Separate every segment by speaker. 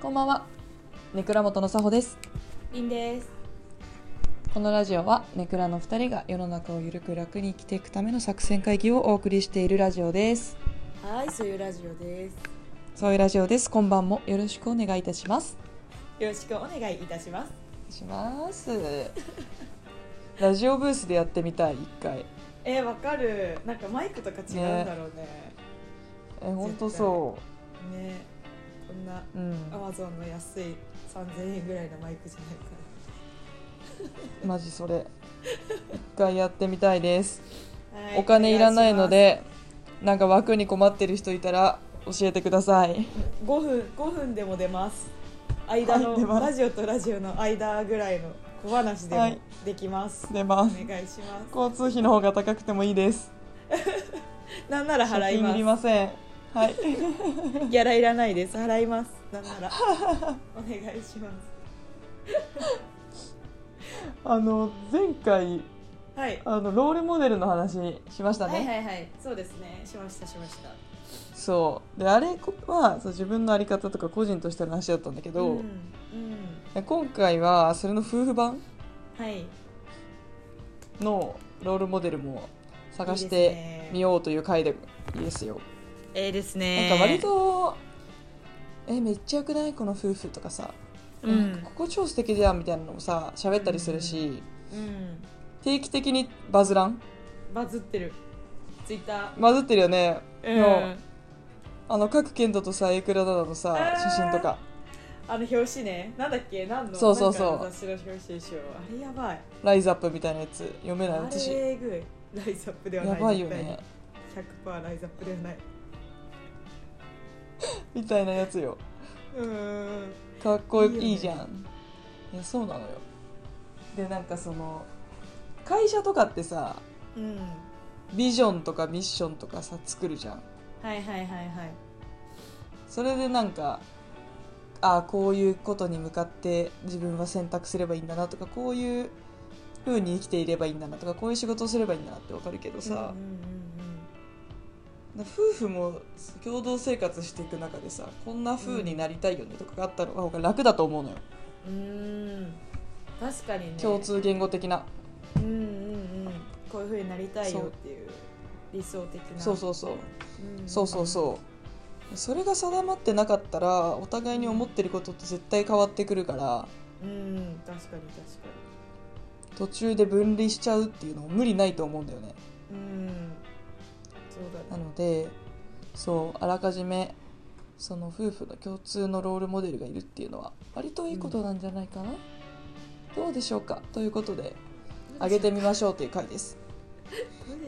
Speaker 1: こんばんは。ネクラ元のさほです。
Speaker 2: りんです。
Speaker 1: このラジオはネクラの二人が世の中をゆるく楽に生きていくための作戦会議をお送りしているラジオです。
Speaker 2: はい、そういうラジオです。
Speaker 1: そういうラジオです。今晩もよろしくお願いいたします。
Speaker 2: よろしくお願いいたします。
Speaker 1: お願いします。 ラジオブースでやってみたい一回。
Speaker 2: えー、わかる。なんかマイクとか違うんだろうね。
Speaker 1: え、本当そ
Speaker 2: ねこんな
Speaker 1: う。うん
Speaker 2: ア。マゾンの安い3000円ぐらいのマイクじゃないか
Speaker 1: マジそれ。一回やってみたいです。
Speaker 2: ら。は
Speaker 1: お金いらないの。で、なんか枠に困ってる人いたら教えてください。
Speaker 2: 5分5分でも出ます。間
Speaker 1: はい出ま
Speaker 2: の
Speaker 1: す
Speaker 2: ラジオとラジオの間ぐらいの小話で
Speaker 1: は
Speaker 2: も
Speaker 1: い
Speaker 2: できます。
Speaker 1: 出ます。
Speaker 2: お願いします。
Speaker 1: 交通費の方が高くてもいいです。
Speaker 2: なんなら払
Speaker 1: 借
Speaker 2: い
Speaker 1: 金いり
Speaker 2: ま
Speaker 1: ません。はい。
Speaker 2: す。ギャラいらないです。払います。なん ならお願いします。
Speaker 1: あの前回
Speaker 2: はい。
Speaker 1: あのロールモデルの話しましたね。
Speaker 2: はいはいはいそうですねしましたしました
Speaker 1: そう。であれはそう自分のあり方とか個人としての話だったんだけど、
Speaker 2: ん、うん、
Speaker 1: で今回はそれの夫婦版
Speaker 2: はい
Speaker 1: のロールモデルも探し
Speaker 2: いいです
Speaker 1: て
Speaker 2: ね
Speaker 1: みようという回でいいですよ。
Speaker 2: ええですね
Speaker 1: なんか割とえめっちゃ良くないこの夫婦とかさ、
Speaker 2: うん
Speaker 1: なんかここ超素敵じゃんみたいなのもさ喋ったりするし、
Speaker 2: うん
Speaker 1: 定期的にバズらん
Speaker 2: バズってるツイッタ
Speaker 1: バズってるよね。
Speaker 2: ー
Speaker 1: のあの各県だとさ、エクラダダのさ、
Speaker 2: あー
Speaker 1: 写真とか。
Speaker 2: あの表紙ねなんだっけ何の
Speaker 1: そうそうそう
Speaker 2: なんかの雑誌の表紙でしょあれやばい
Speaker 1: ライズアップみたいなやつ読めない
Speaker 2: あ
Speaker 1: 私
Speaker 2: れえぐいライズアップではな
Speaker 1: や
Speaker 2: い
Speaker 1: ばいよね
Speaker 2: 絶対に100%ライズアップではない
Speaker 1: みたいなやつよ
Speaker 2: うーん
Speaker 1: かっこいい
Speaker 2: いいよね
Speaker 1: じゃんいやそうなのよでなんかその会社とかってさ
Speaker 2: うん
Speaker 1: ビジョンとかミッションとかさ作るじゃん
Speaker 2: はいはいはいはい
Speaker 1: それでなんかああこういうことに向かって自分は選択すればいいんだなとかこういう風に生きていればいいんだなとかこういう仕事をすればいいんだなってわかるけどさ、
Speaker 2: うんうん
Speaker 1: 夫婦も共同生活していく中でさこんな風になりたいよねとかがあった方が楽だと思うのよ、
Speaker 2: うんうーん確かにね
Speaker 1: 共通言語的な
Speaker 2: うんうんうんこういうふうになりたいよっていう理想的な
Speaker 1: そうそうそう、
Speaker 2: うんうん
Speaker 1: そうそうそうそれが定まってなかったらお互いに思ってることって絶対変わってくるから
Speaker 2: うんうん確かに確か
Speaker 1: 途中で分離しちゃうっていうのも無理ないと思うんだよね
Speaker 2: にうんそう
Speaker 1: な
Speaker 2: だね
Speaker 1: のでそうあらかじめその夫婦の共通のロールモデルがいるっていうのは割といいことなんじゃないかな、どうでしょうかということで上げてみましょうという回です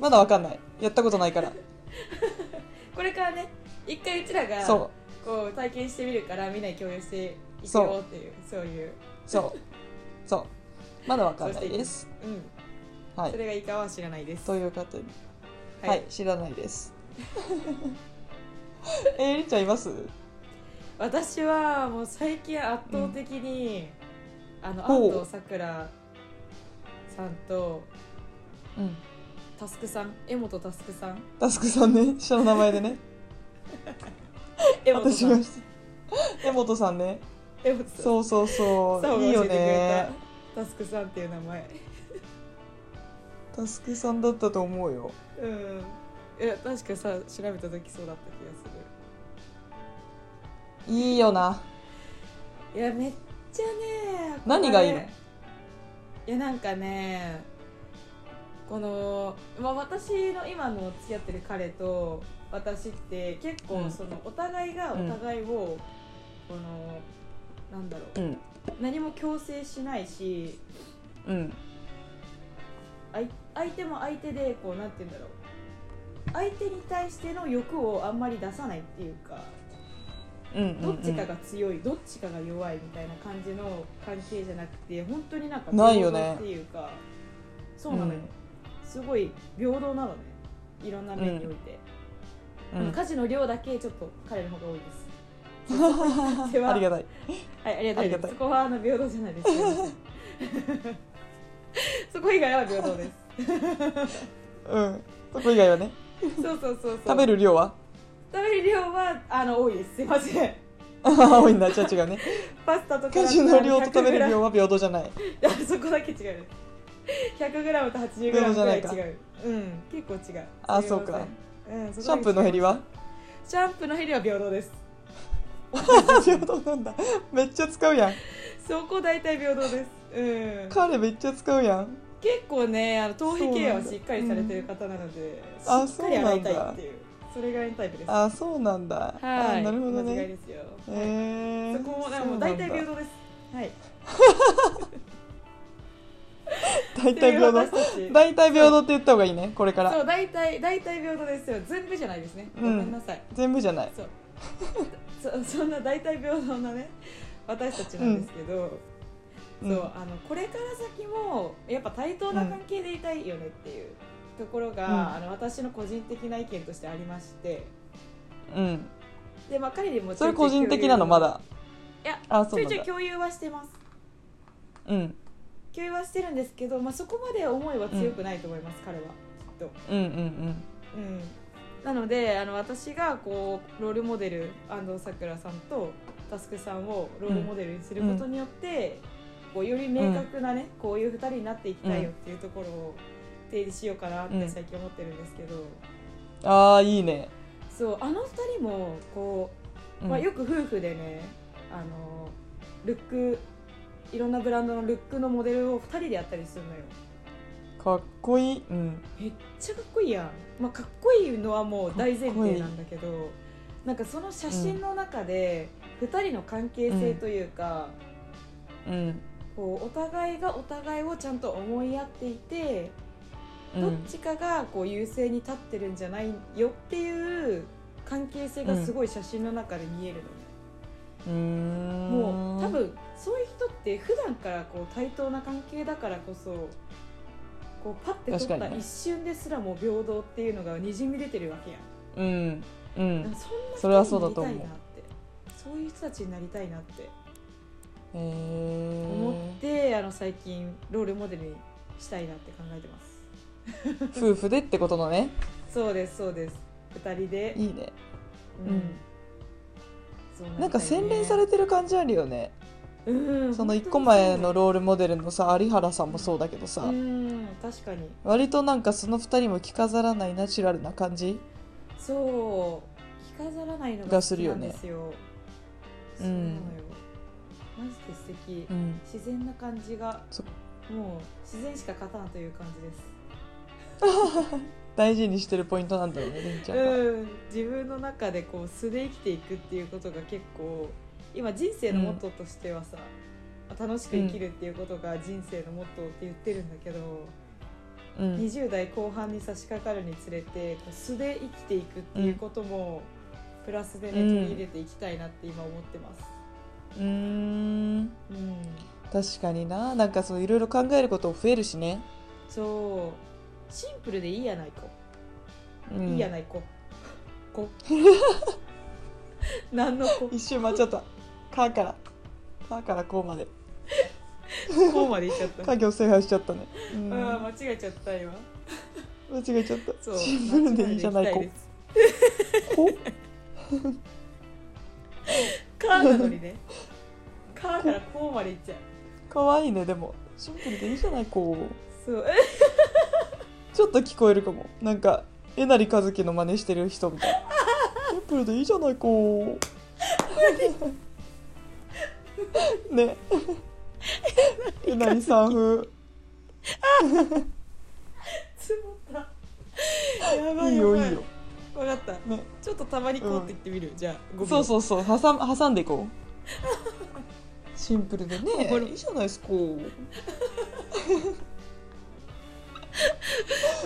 Speaker 1: まだわかんない。やったことないから。
Speaker 2: これからね一回うちらが
Speaker 1: そう。
Speaker 2: こう体験してみるからみんなに共有していくよっていうそういう
Speaker 1: そう。そう。まだわかんないです。
Speaker 2: うん
Speaker 1: は
Speaker 2: そ
Speaker 1: い。
Speaker 2: れがいいかは知らないです
Speaker 1: という方に。はい、知らないです。 えー、りっちゃんいます
Speaker 2: 私はもう最近圧倒的に、あの
Speaker 1: ほう
Speaker 2: 安藤サクラさんと
Speaker 1: うん。
Speaker 2: タスクさん江本タスクさん
Speaker 1: タスクさんね、下の名前でね。
Speaker 2: 江本
Speaker 1: 私
Speaker 2: さ
Speaker 1: が
Speaker 2: ん。
Speaker 1: 江本さんね。
Speaker 2: 江本さん
Speaker 1: そうそうそ。
Speaker 2: そうう
Speaker 1: いいよ
Speaker 2: 教え
Speaker 1: ね
Speaker 2: て。くれたタスクさんっていう名前
Speaker 1: タスクさんだったと思うよ。
Speaker 2: うんいや確かさ調べた時そうだった気が
Speaker 1: いいよな。
Speaker 2: するいやめっちゃね
Speaker 1: 何がいいの
Speaker 2: これいやなんかねこの、まあ、私の今の付き合ってる彼と私って結
Speaker 1: う
Speaker 2: 構
Speaker 1: ん
Speaker 2: そのお互いがお
Speaker 1: うん
Speaker 2: 互いを、このなんだろう
Speaker 1: うん。
Speaker 2: 何も強制しないし
Speaker 1: うん。
Speaker 2: あい相手も相手でこうなんて言うんだろう相手に対しての欲をあんまり出さないっていうか
Speaker 1: うんうん、うん。
Speaker 2: どっちかが強い、どっちかが弱いみたいな感じの関係じゃなくて本当になんか
Speaker 1: ない
Speaker 2: 平
Speaker 1: よ
Speaker 2: 等
Speaker 1: ね
Speaker 2: っていうかそうなのよ、
Speaker 1: うん
Speaker 2: すごい平等なのねいろんな面において、
Speaker 1: う
Speaker 2: あの
Speaker 1: ん。
Speaker 2: 家事の量だけちょっと彼の方が多いですで は
Speaker 1: ありがたい。
Speaker 2: はい、ありがたい
Speaker 1: ありが
Speaker 2: で
Speaker 1: たい
Speaker 2: す。そこはあの平等じゃないです。すい ませんそこ以外は平等です。
Speaker 1: うん。そこ以外はね。
Speaker 2: そうそうそうそう。
Speaker 1: 食べる量は
Speaker 2: 食べる量はあの多いです。すいません。
Speaker 1: 多いんだじゃあ違うね
Speaker 2: パスタとか
Speaker 1: 家
Speaker 2: だった
Speaker 1: 事
Speaker 2: ら
Speaker 1: の量と食べる
Speaker 2: 100g
Speaker 1: 量は平等じゃない
Speaker 2: あそこだけ違う 100g と 80g
Speaker 1: でもじゃ
Speaker 2: ぐら
Speaker 1: ない
Speaker 2: 違
Speaker 1: いか
Speaker 2: ううん結構違う
Speaker 1: あ
Speaker 2: すいません
Speaker 1: そうか
Speaker 2: うん、
Speaker 1: シャンプーの減り
Speaker 2: は
Speaker 1: は
Speaker 2: シャンプーの減りは平等です
Speaker 1: 平等なんだめっちゃ使うやん
Speaker 2: そこ大体平等ですうん
Speaker 1: 彼めっちゃ使うやん
Speaker 2: 結構ねあの頭皮ケアをしっかりされてる方なので、
Speaker 1: あ
Speaker 2: しっかり洗いたい
Speaker 1: そうな
Speaker 2: っ
Speaker 1: んだ
Speaker 2: ていうそれぐらいのタイプです
Speaker 1: あそうなんだ
Speaker 2: は
Speaker 1: あ
Speaker 2: い
Speaker 1: なるほど
Speaker 2: 間違い
Speaker 1: ね
Speaker 2: ですよ、
Speaker 1: え
Speaker 2: そ
Speaker 1: ー
Speaker 2: こもだから
Speaker 1: そ
Speaker 2: も
Speaker 1: う
Speaker 2: う
Speaker 1: なん
Speaker 2: 大
Speaker 1: だ
Speaker 2: 体平等ですはい
Speaker 1: 大体平等
Speaker 2: 等
Speaker 1: 大体平等って言った方がいいねこれから
Speaker 2: そう大体大体平等ですよ全部じゃないですね、
Speaker 1: うん
Speaker 2: ごめんなさい
Speaker 1: 全部じゃない
Speaker 2: そうそそんな大体平等なね私たちなんですけど、
Speaker 1: うん
Speaker 2: そう
Speaker 1: うん
Speaker 2: あのこれから先もやっぱ対等な関係でいたいよねっていうところが、
Speaker 1: うん
Speaker 2: あの私の個人的な意見としてありまして
Speaker 1: うん
Speaker 2: でまあ彼にもち
Speaker 1: そ
Speaker 2: ょ
Speaker 1: れ
Speaker 2: いちょ
Speaker 1: 個
Speaker 2: い共有
Speaker 1: 人的なのまだ
Speaker 2: いや
Speaker 1: あ
Speaker 2: ちょ
Speaker 1: そう
Speaker 2: い
Speaker 1: な
Speaker 2: ち
Speaker 1: ん
Speaker 2: ょい
Speaker 1: だ
Speaker 2: 共有はしてます
Speaker 1: うん
Speaker 2: 共有はしてるんですけど、まあ、そこまで思いは強くないと思います、彼はきっと。
Speaker 1: うんうん
Speaker 2: うん、なのであの私がこうロールモデル安藤サクラさんとタスクさんをロールモデルにすることによって、こうより明確なね、こういう2人になっていきたいよっていうところを提示しようかなっ
Speaker 1: う
Speaker 2: て
Speaker 1: ん
Speaker 2: 最近思ってるんですけど、
Speaker 1: うんああいいね
Speaker 2: そうあの2人もこう、
Speaker 1: うん
Speaker 2: まあ、よく夫婦でねあのルックいろんなブランドのルックのモデルを2人でやったりするのよ。
Speaker 1: かっこいいうん
Speaker 2: めっちゃかっこいいやん、まあ、かっこいいのはもう大前提なんだけどなんかその写真の中で2人の関係性というか、
Speaker 1: うん
Speaker 2: こうお互いがお互いをちゃんと思い合っていて、
Speaker 1: う
Speaker 2: どっ
Speaker 1: ん
Speaker 2: ちかがこう優勢に立ってるんじゃないよっていう関係性がすごい写真の中で見えるのね、
Speaker 1: うーん
Speaker 2: もう多分そういう人って普段からこう対等な関係だからこそこうパッて撮
Speaker 1: 確
Speaker 2: っ
Speaker 1: か
Speaker 2: た
Speaker 1: にね
Speaker 2: 一瞬ですらもう平等っていうのがにじみ出てるわけやん。
Speaker 1: うんう
Speaker 2: なん
Speaker 1: ん
Speaker 2: かそんな
Speaker 1: それはそうだと思う
Speaker 2: 人になりたいなってそういう人たちになりたいなって
Speaker 1: え
Speaker 2: 思っ
Speaker 1: ー、
Speaker 2: て、あの最近ロールモデルにしたいなって考えてます
Speaker 1: 夫婦でってことのね
Speaker 2: そうですそうです2人で
Speaker 1: いいね
Speaker 2: うん、
Speaker 1: うん
Speaker 2: そうりたいね
Speaker 1: なんか洗練されてる感じあるよね
Speaker 2: うん
Speaker 1: その
Speaker 2: 本当に
Speaker 1: 1個前のロールモデルのさ有原さんもそうだけどさ、
Speaker 2: うん確かに
Speaker 1: 割となんかその2人も着飾らないナチュラルな感じ
Speaker 2: そう着飾らないのが
Speaker 1: が
Speaker 2: 好
Speaker 1: す
Speaker 2: き
Speaker 1: る
Speaker 2: な
Speaker 1: よ
Speaker 2: ん
Speaker 1: ね
Speaker 2: ですよ
Speaker 1: うん
Speaker 2: そうなのよマジで素敵、
Speaker 1: うん
Speaker 2: 自然な感じが
Speaker 1: そ
Speaker 2: もう自然しか勝たんという感じです
Speaker 1: 大事にしてるポイントなんだよねりんちゃんが、
Speaker 2: うん、自分の中でこう素で生きていくっていうことが結構今人生のモットーとしてはさ、楽しく生きるっていうことが人生のモットーって言ってるんだけど、
Speaker 1: うん
Speaker 2: 20代後半に差し掛かるにつれてこう素で生きていくっていうことも、プラスでね
Speaker 1: うん
Speaker 2: 取り入れていきたいなって今思ってます。
Speaker 1: うーん
Speaker 2: うん、
Speaker 1: 確かにななんかそういろいろ考えること増えるしね、
Speaker 2: そうシンプルでいいやないか、
Speaker 1: うん、
Speaker 2: いいやないか こ何のこ
Speaker 1: 一瞬間違った「か」から「か」から「こ」まで
Speaker 2: こうまでいっちゃっ
Speaker 1: 「
Speaker 2: た
Speaker 1: か」。行制覇しちゃったね、う
Speaker 2: うん
Speaker 1: ん、
Speaker 2: 間
Speaker 1: 間
Speaker 2: 違えちゃった今。
Speaker 1: 違えちゃった
Speaker 2: そう
Speaker 1: シンプルでいいじゃない
Speaker 2: 間違
Speaker 1: こ
Speaker 2: で行きたです
Speaker 1: 「こ」
Speaker 2: カーなのにねカーからこうまでいっちゃう
Speaker 1: かわいいねでもシンプルでいいじゃないこう
Speaker 2: そうえ
Speaker 1: ちょっと聞こえるかもなんかえなりかずきの真似してる人みたいなシンプルでいいじゃないこうねえなりさん風
Speaker 2: 積もったやばい
Speaker 1: いいよ
Speaker 2: やば
Speaker 1: いいよ、
Speaker 2: 分かった
Speaker 1: ね、
Speaker 2: ちょっとたまにこうって言ってみる、じゃあ5秒
Speaker 1: そうそうそう挟ん挟んでいこうシンプルでね
Speaker 2: これ
Speaker 1: いいじゃないですか気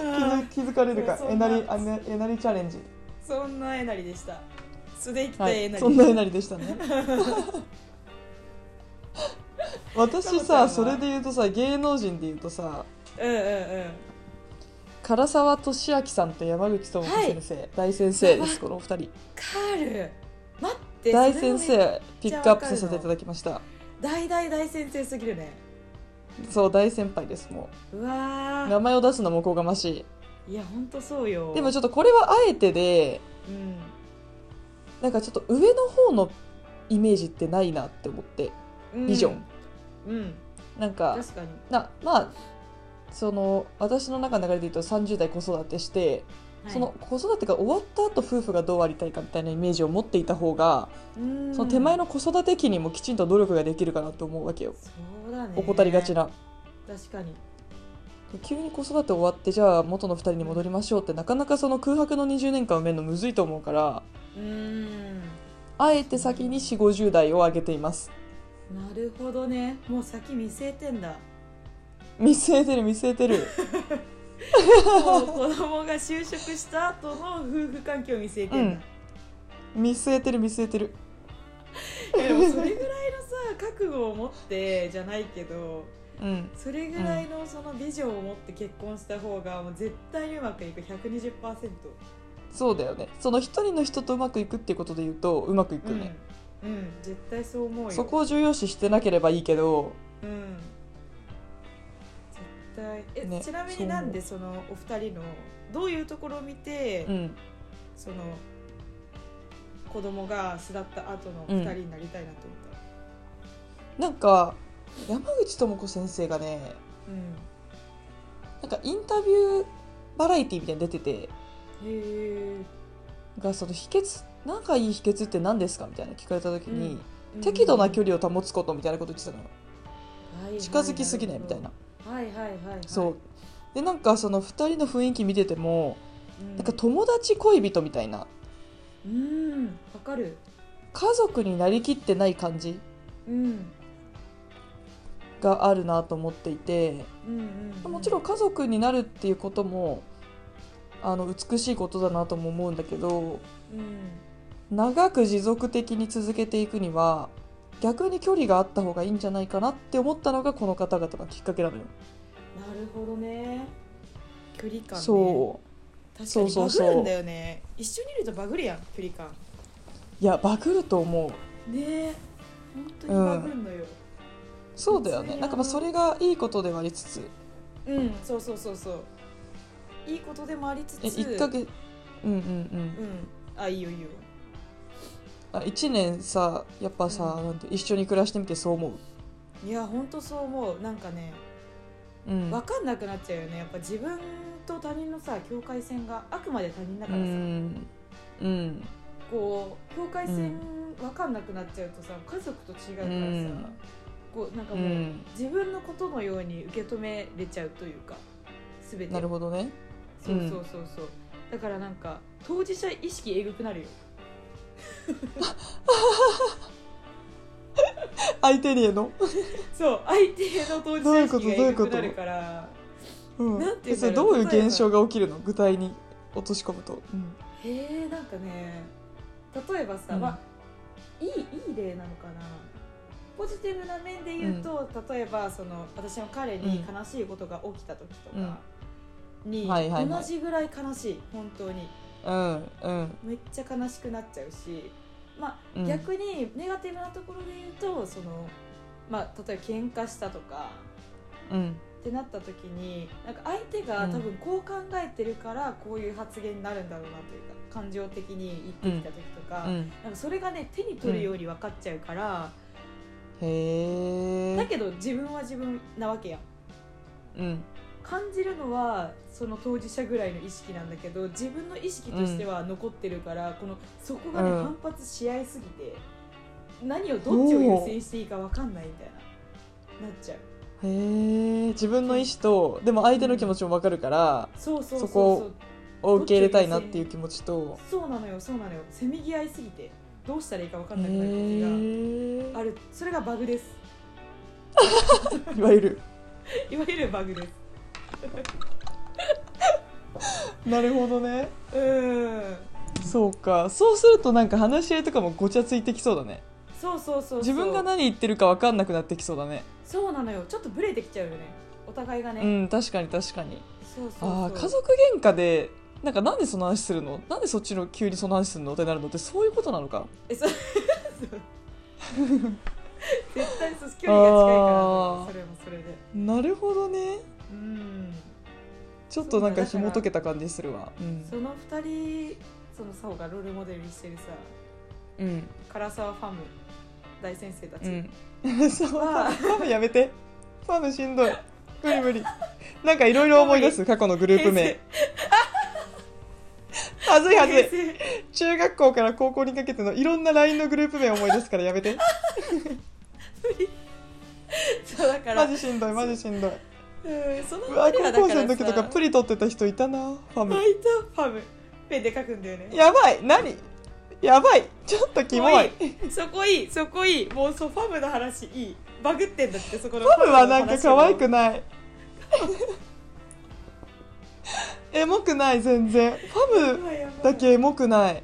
Speaker 2: あ
Speaker 1: づ気づかれるか
Speaker 2: そ
Speaker 1: え
Speaker 2: ん
Speaker 1: な
Speaker 2: な
Speaker 1: りあねえなりチャレンジ
Speaker 2: ーそんなえなりでした素でいきた
Speaker 1: はい
Speaker 2: え
Speaker 1: い
Speaker 2: なり、
Speaker 1: そんなえなりでした ね私さ
Speaker 2: そ
Speaker 1: そう
Speaker 2: だ
Speaker 1: れ
Speaker 2: よな
Speaker 1: で言うとさ芸能人で言うとさ
Speaker 2: うんうんうん
Speaker 1: 唐沢俊明さんと山口智子先生、大先生です このお二人
Speaker 2: カール待って
Speaker 1: 大先
Speaker 2: それもね
Speaker 1: 生ピックアップさせていただきました
Speaker 2: 大大大先生すぎるね
Speaker 1: そう大先輩ですも
Speaker 2: うわ
Speaker 1: う
Speaker 2: ー
Speaker 1: 名前を出すのもおこがまし
Speaker 2: いやほんとそうよ
Speaker 1: いでもちょっとこれはあえてで
Speaker 2: うん
Speaker 1: なんかちょっと上の方のイメージってないなって思って
Speaker 2: うん
Speaker 1: ビジョン
Speaker 2: うん
Speaker 1: なんか
Speaker 2: 確かに
Speaker 1: なまあその私の中の流れで言うと30代子育てして、
Speaker 2: はい
Speaker 1: その子育てが終わった後夫婦がどうありたいかみたいなイメージを持っていた方が、
Speaker 2: うん
Speaker 1: その手前の子育て期にもきちんと努力ができるかなと思うわけよ
Speaker 2: そうだね
Speaker 1: 怠りがちな。
Speaker 2: 確かに
Speaker 1: 急に子育て終わってじゃあ元の2人に戻りましょうってなかなかその空白の20年間埋めるのむずいと思うから
Speaker 2: うん
Speaker 1: あえて先に4 5 0代を上げています
Speaker 2: なるほどねもう先見据えて んだ
Speaker 1: 見据えてる見据えてる
Speaker 2: もう子供が就職した後の夫婦環境を見据えてんだ、
Speaker 1: 見据えてる見据えてる
Speaker 2: いやでもそれぐらいのさ覚悟を持ってじゃないけど
Speaker 1: うん
Speaker 2: それぐらいのそのビジョンを持って結婚した方がもう絶対うまくいく120%
Speaker 1: そうだよねその一人の人とうまくいくっていうことで言うとうまくいく
Speaker 2: う
Speaker 1: よ
Speaker 2: ん、
Speaker 1: ね、
Speaker 2: うん、絶対そう思うよ
Speaker 1: そこを重要視してなければいいけど
Speaker 2: うん絶対え、
Speaker 1: ね
Speaker 2: ちなみになんでそのお二人のどういうところを見て、
Speaker 1: うん
Speaker 2: その子供が巣立った後の二人になりたいなと思った、
Speaker 1: なんか山口智子先生がね
Speaker 2: うん
Speaker 1: なんかインタビューバラエティみたいに出てて
Speaker 2: へ
Speaker 1: がその秘訣仲いい秘訣って何ですかみたいな聞かれた時に、
Speaker 2: うんえ
Speaker 1: 適度な距離を保つことみたいなこと言ってたのよ近づきすぎないみたいな、
Speaker 2: はいはいはい、はい、
Speaker 1: そうでなんかその2人の雰囲気見てても、
Speaker 2: うん
Speaker 1: なんか友達恋人みたいな
Speaker 2: うんわかる
Speaker 1: 家族になりきってない感じ
Speaker 2: うん
Speaker 1: があるなと思っていて
Speaker 2: うんうんう
Speaker 1: もちろん家族になるっていうこともあの美しいことだなとも思うんだけど
Speaker 2: うん
Speaker 1: 長く持続的に続けていくには逆に距離があった方がいいんじゃないかなって思ったのがこの方々のきっかけなのよ。
Speaker 2: なるほどね距離感ね
Speaker 1: そう
Speaker 2: 確か
Speaker 1: そう
Speaker 2: に
Speaker 1: そ
Speaker 2: バ
Speaker 1: う
Speaker 2: グ
Speaker 1: そう
Speaker 2: るんだよね一緒にいるとバグるやん距離感
Speaker 1: いやバグると思う
Speaker 2: ねえ本当にバグるのよ、
Speaker 1: そうだよ
Speaker 2: 別
Speaker 1: ね
Speaker 2: に
Speaker 1: なんかまあ
Speaker 2: あの
Speaker 1: それがいいことではありつつ
Speaker 2: うん、そうそうそうそういいことでもありつつ
Speaker 1: え1ヶ月うんうんうん
Speaker 2: うんあいいよいいよ
Speaker 1: あ1年さやっぱさ、
Speaker 2: う
Speaker 1: なんて一緒に暮らしてみてそう思う
Speaker 2: いや本当そう思うなんかね
Speaker 1: うん
Speaker 2: 分かんなくなっちゃうよねやっぱ自分と他人のさ境界線があくまで他人だ
Speaker 1: う
Speaker 2: からさ、
Speaker 1: んうん
Speaker 2: こう境界
Speaker 1: う
Speaker 2: 線
Speaker 1: ん
Speaker 2: 分かんなくなっちゃうとさ家族と違うから
Speaker 1: う
Speaker 2: さ、
Speaker 1: ん
Speaker 2: こうなんか
Speaker 1: う
Speaker 2: もう、
Speaker 1: ん
Speaker 2: 自分のことのように受け止めれちゃうというか全て
Speaker 1: なるほどね
Speaker 2: そうそうそうそう、だからなんか当事者意識えぐくなるよ
Speaker 1: 相手にへの、
Speaker 2: そう相手の当事者意識がえぐくなるから
Speaker 1: うん、
Speaker 2: なんて
Speaker 1: え
Speaker 2: 言うんだろ
Speaker 1: そ
Speaker 2: う
Speaker 1: れどういう
Speaker 2: 例えば
Speaker 1: 現象が起きるの具体に落とし込むと、うん
Speaker 2: へえなんかね例えばさ、
Speaker 1: うん
Speaker 2: まあいいいい例なのかなポジティブな面で言うと、例えばその私の彼に悲しいことが起きた時とかに、
Speaker 1: うんはいはいはい
Speaker 2: 同じぐらい悲しい本当に
Speaker 1: うんうん
Speaker 2: めっちゃ悲しくなっちゃうし、まあ
Speaker 1: うん
Speaker 2: 逆にネガティブなところで言うとその、まあ、例えば喧嘩したとか
Speaker 1: うん
Speaker 2: ってなった時になんか相手が多分こう考えてるからこういう発言になるんだろうなというか感情的に言ってきた時とか,、
Speaker 1: うん
Speaker 2: なんかそれがね手に取るように分かっちゃうから、
Speaker 1: へ
Speaker 2: だ
Speaker 1: え
Speaker 2: けど自分は自分なわけやん
Speaker 1: うん
Speaker 2: 感じるのはその当事者ぐらいの意識なんだけど自分の意識としては残ってるから、このそこがね、
Speaker 1: うん
Speaker 2: 反発し合いすぎて何をどっちを優先していいか分かんないみたいななっちゃう
Speaker 1: へえ自分の意思とでも相手の気持ちも分かるから
Speaker 2: そうそうそ
Speaker 1: そ
Speaker 2: う
Speaker 1: こ
Speaker 2: そ
Speaker 1: をを
Speaker 2: う
Speaker 1: 受け入れたいなっていう気持ちと
Speaker 2: そうなのよそうなのよせめぎ合いすぎてどうしたらいいか分か
Speaker 1: へ
Speaker 2: んなくなる時
Speaker 1: ー
Speaker 2: があるそれがバグです
Speaker 1: いわゆる
Speaker 2: いわゆるバグです
Speaker 1: なるほどね
Speaker 2: うーん
Speaker 1: そうかそうするとなんか話し合いとかもごちゃついてきそうだね
Speaker 2: そうそうそうそう
Speaker 1: 自分が何言ってるか分かんなくなってきそうだね
Speaker 2: そうなのよちょっとブレてきちゃうよねお互いがね、
Speaker 1: うん確かに確かに
Speaker 2: そうそうそう
Speaker 1: ああ家族喧嘩でなんかなんでその話するのなんでそっちの急にその話するのってなるのってそういうことなのか
Speaker 2: えそうそう絶対そう距離が近いから
Speaker 1: あー
Speaker 2: それもそれで
Speaker 1: なるほどね
Speaker 2: うん
Speaker 1: ちょっとなんか紐解けた感じするわうん
Speaker 2: その二人そのサオがロールモデルにしてるさ
Speaker 1: うん
Speaker 2: 唐沢ファム大先生たち、
Speaker 1: うん、そうフ
Speaker 2: は
Speaker 1: ァムやめてファムしんどい無理無 理なんかいろいろ思い出す過去のグループ名 はずいはずい
Speaker 2: 平成
Speaker 1: 中学校から高校にかけてのいろんな LINE のグループ名思い出すからや めて
Speaker 2: そうだから
Speaker 1: マジしんどいマジしんどい
Speaker 2: うんその
Speaker 1: うわ
Speaker 2: 二人はだ
Speaker 1: 高校生
Speaker 2: からさ
Speaker 1: の時とかプリ取ってた人いたなファム
Speaker 2: ファイトファムペンで書くんだよね
Speaker 1: やばい何やばいちょっとキモい
Speaker 2: もういいそこいいそこいいもうそうファムの話いいバグってんだってそこの
Speaker 1: ファムはなんか可愛く
Speaker 2: い
Speaker 1: ないエモくない全然ファムだけエモくない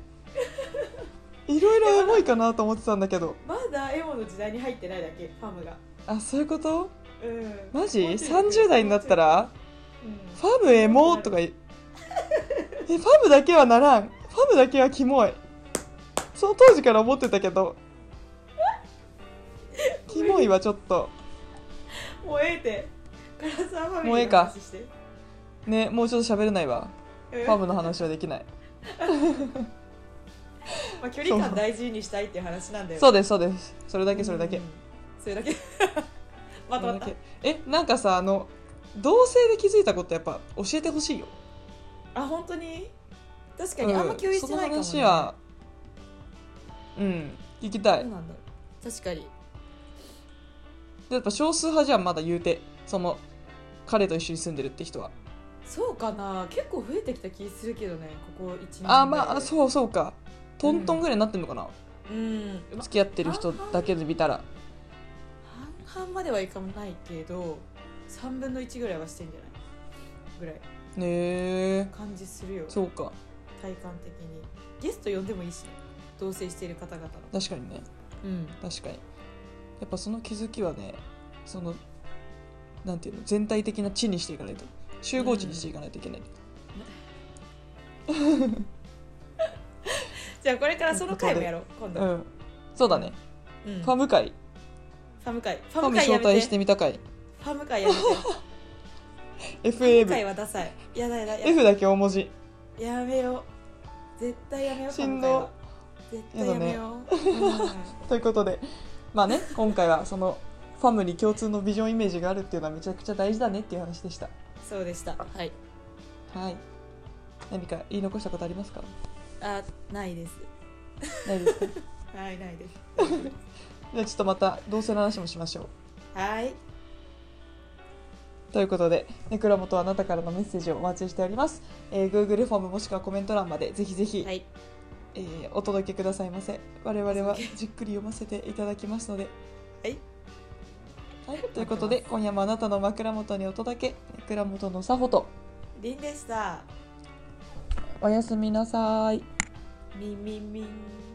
Speaker 1: いろいろエモいかなと思ってたんだけど
Speaker 2: まだエモの時代に入ってないだけファムが
Speaker 1: あそういうこと
Speaker 2: うん
Speaker 1: マジ
Speaker 2: もうちょい
Speaker 1: 30代になったら
Speaker 2: うん
Speaker 1: ファムエモとか言うえファムだけはならんファムだけはキモいその当時から思ってたけどキモいはちょっと
Speaker 2: もうええって唐沢ファミ
Speaker 1: もうえ
Speaker 2: リ
Speaker 1: え
Speaker 2: ー
Speaker 1: か
Speaker 2: の話して
Speaker 1: ねもうちょっと喋れないわ
Speaker 2: うん
Speaker 1: ファムの話はできない
Speaker 2: まあ、距離感大事にしたいっていう話なんだよ
Speaker 1: そううですそうですそれだけそれだけ
Speaker 2: んそれだけ ま
Speaker 1: そ
Speaker 2: と
Speaker 1: れ
Speaker 2: まっ
Speaker 1: だ
Speaker 2: た
Speaker 1: けえなんかさあの同性で気づいたことやっぱ教えてほしいよ
Speaker 2: あ本当に確かにあんま共有してないかも、ね
Speaker 1: うんその話はうん聞きた
Speaker 2: ど
Speaker 1: いう
Speaker 2: なんだろう確かに
Speaker 1: でやっぱ少数派じゃんまだ言うてその彼と一緒に住んでるって人は
Speaker 2: そうかな結構増えてきた気するけどねここ1年
Speaker 1: あーまああ
Speaker 2: う
Speaker 1: そうそうかトントンぐらいになってんのかな、
Speaker 2: うんま
Speaker 1: 付き合ってる人だけで見たら
Speaker 2: 半々まではいかもないけど3分の1ぐらいはしてんじゃないぐらい
Speaker 1: ねえ
Speaker 2: 感じするよ
Speaker 1: そうか
Speaker 2: 体感的にゲスト呼んでもいいしね同棲している方々の
Speaker 1: 確かにね
Speaker 2: うん
Speaker 1: 確かにやっぱその気づきはねそのなんていうの全体的な地にしていかないと集合地にしていかないといけない、
Speaker 2: じゃあこれからその回もやろう今
Speaker 1: うん
Speaker 2: 度、
Speaker 1: そうだね、
Speaker 2: うん
Speaker 1: ファム会
Speaker 2: ファム会フ
Speaker 1: フ
Speaker 2: ァ
Speaker 1: ァ
Speaker 2: ム
Speaker 1: ム
Speaker 2: 会
Speaker 1: 招
Speaker 2: やめて
Speaker 1: 待してみた会
Speaker 2: ファム会や めてファム会
Speaker 1: FAM
Speaker 2: はダサいやだやだや
Speaker 1: F だけ大文字
Speaker 2: だやめよう絶対やめようファム会は絶対やめよう、
Speaker 1: ということでまあね今回はそのファムに共通のビジョンイメージがあるっていうのはめちゃくちゃ大事だねっていう話でした
Speaker 2: うんそうでしたはい
Speaker 1: はい何か言い残したことありますか
Speaker 2: あないです
Speaker 1: ないですか
Speaker 2: はいないです
Speaker 1: じゃあちょっとまた同性の話もしましょう
Speaker 2: はい
Speaker 1: ということで、ネクラモとあなたからのメッセージをお待ちしております。えー Google フォームもしくはコメント欄までぜひぜひ、
Speaker 2: はい
Speaker 1: えーお届けくださいませ。我々はじっくり読ませていただきますので。
Speaker 2: はい。
Speaker 1: はい、ということで、今夜もあなたの枕元にお届け、枕元のさほと、
Speaker 2: りんでした
Speaker 1: おやすみなさーい。
Speaker 2: みみみん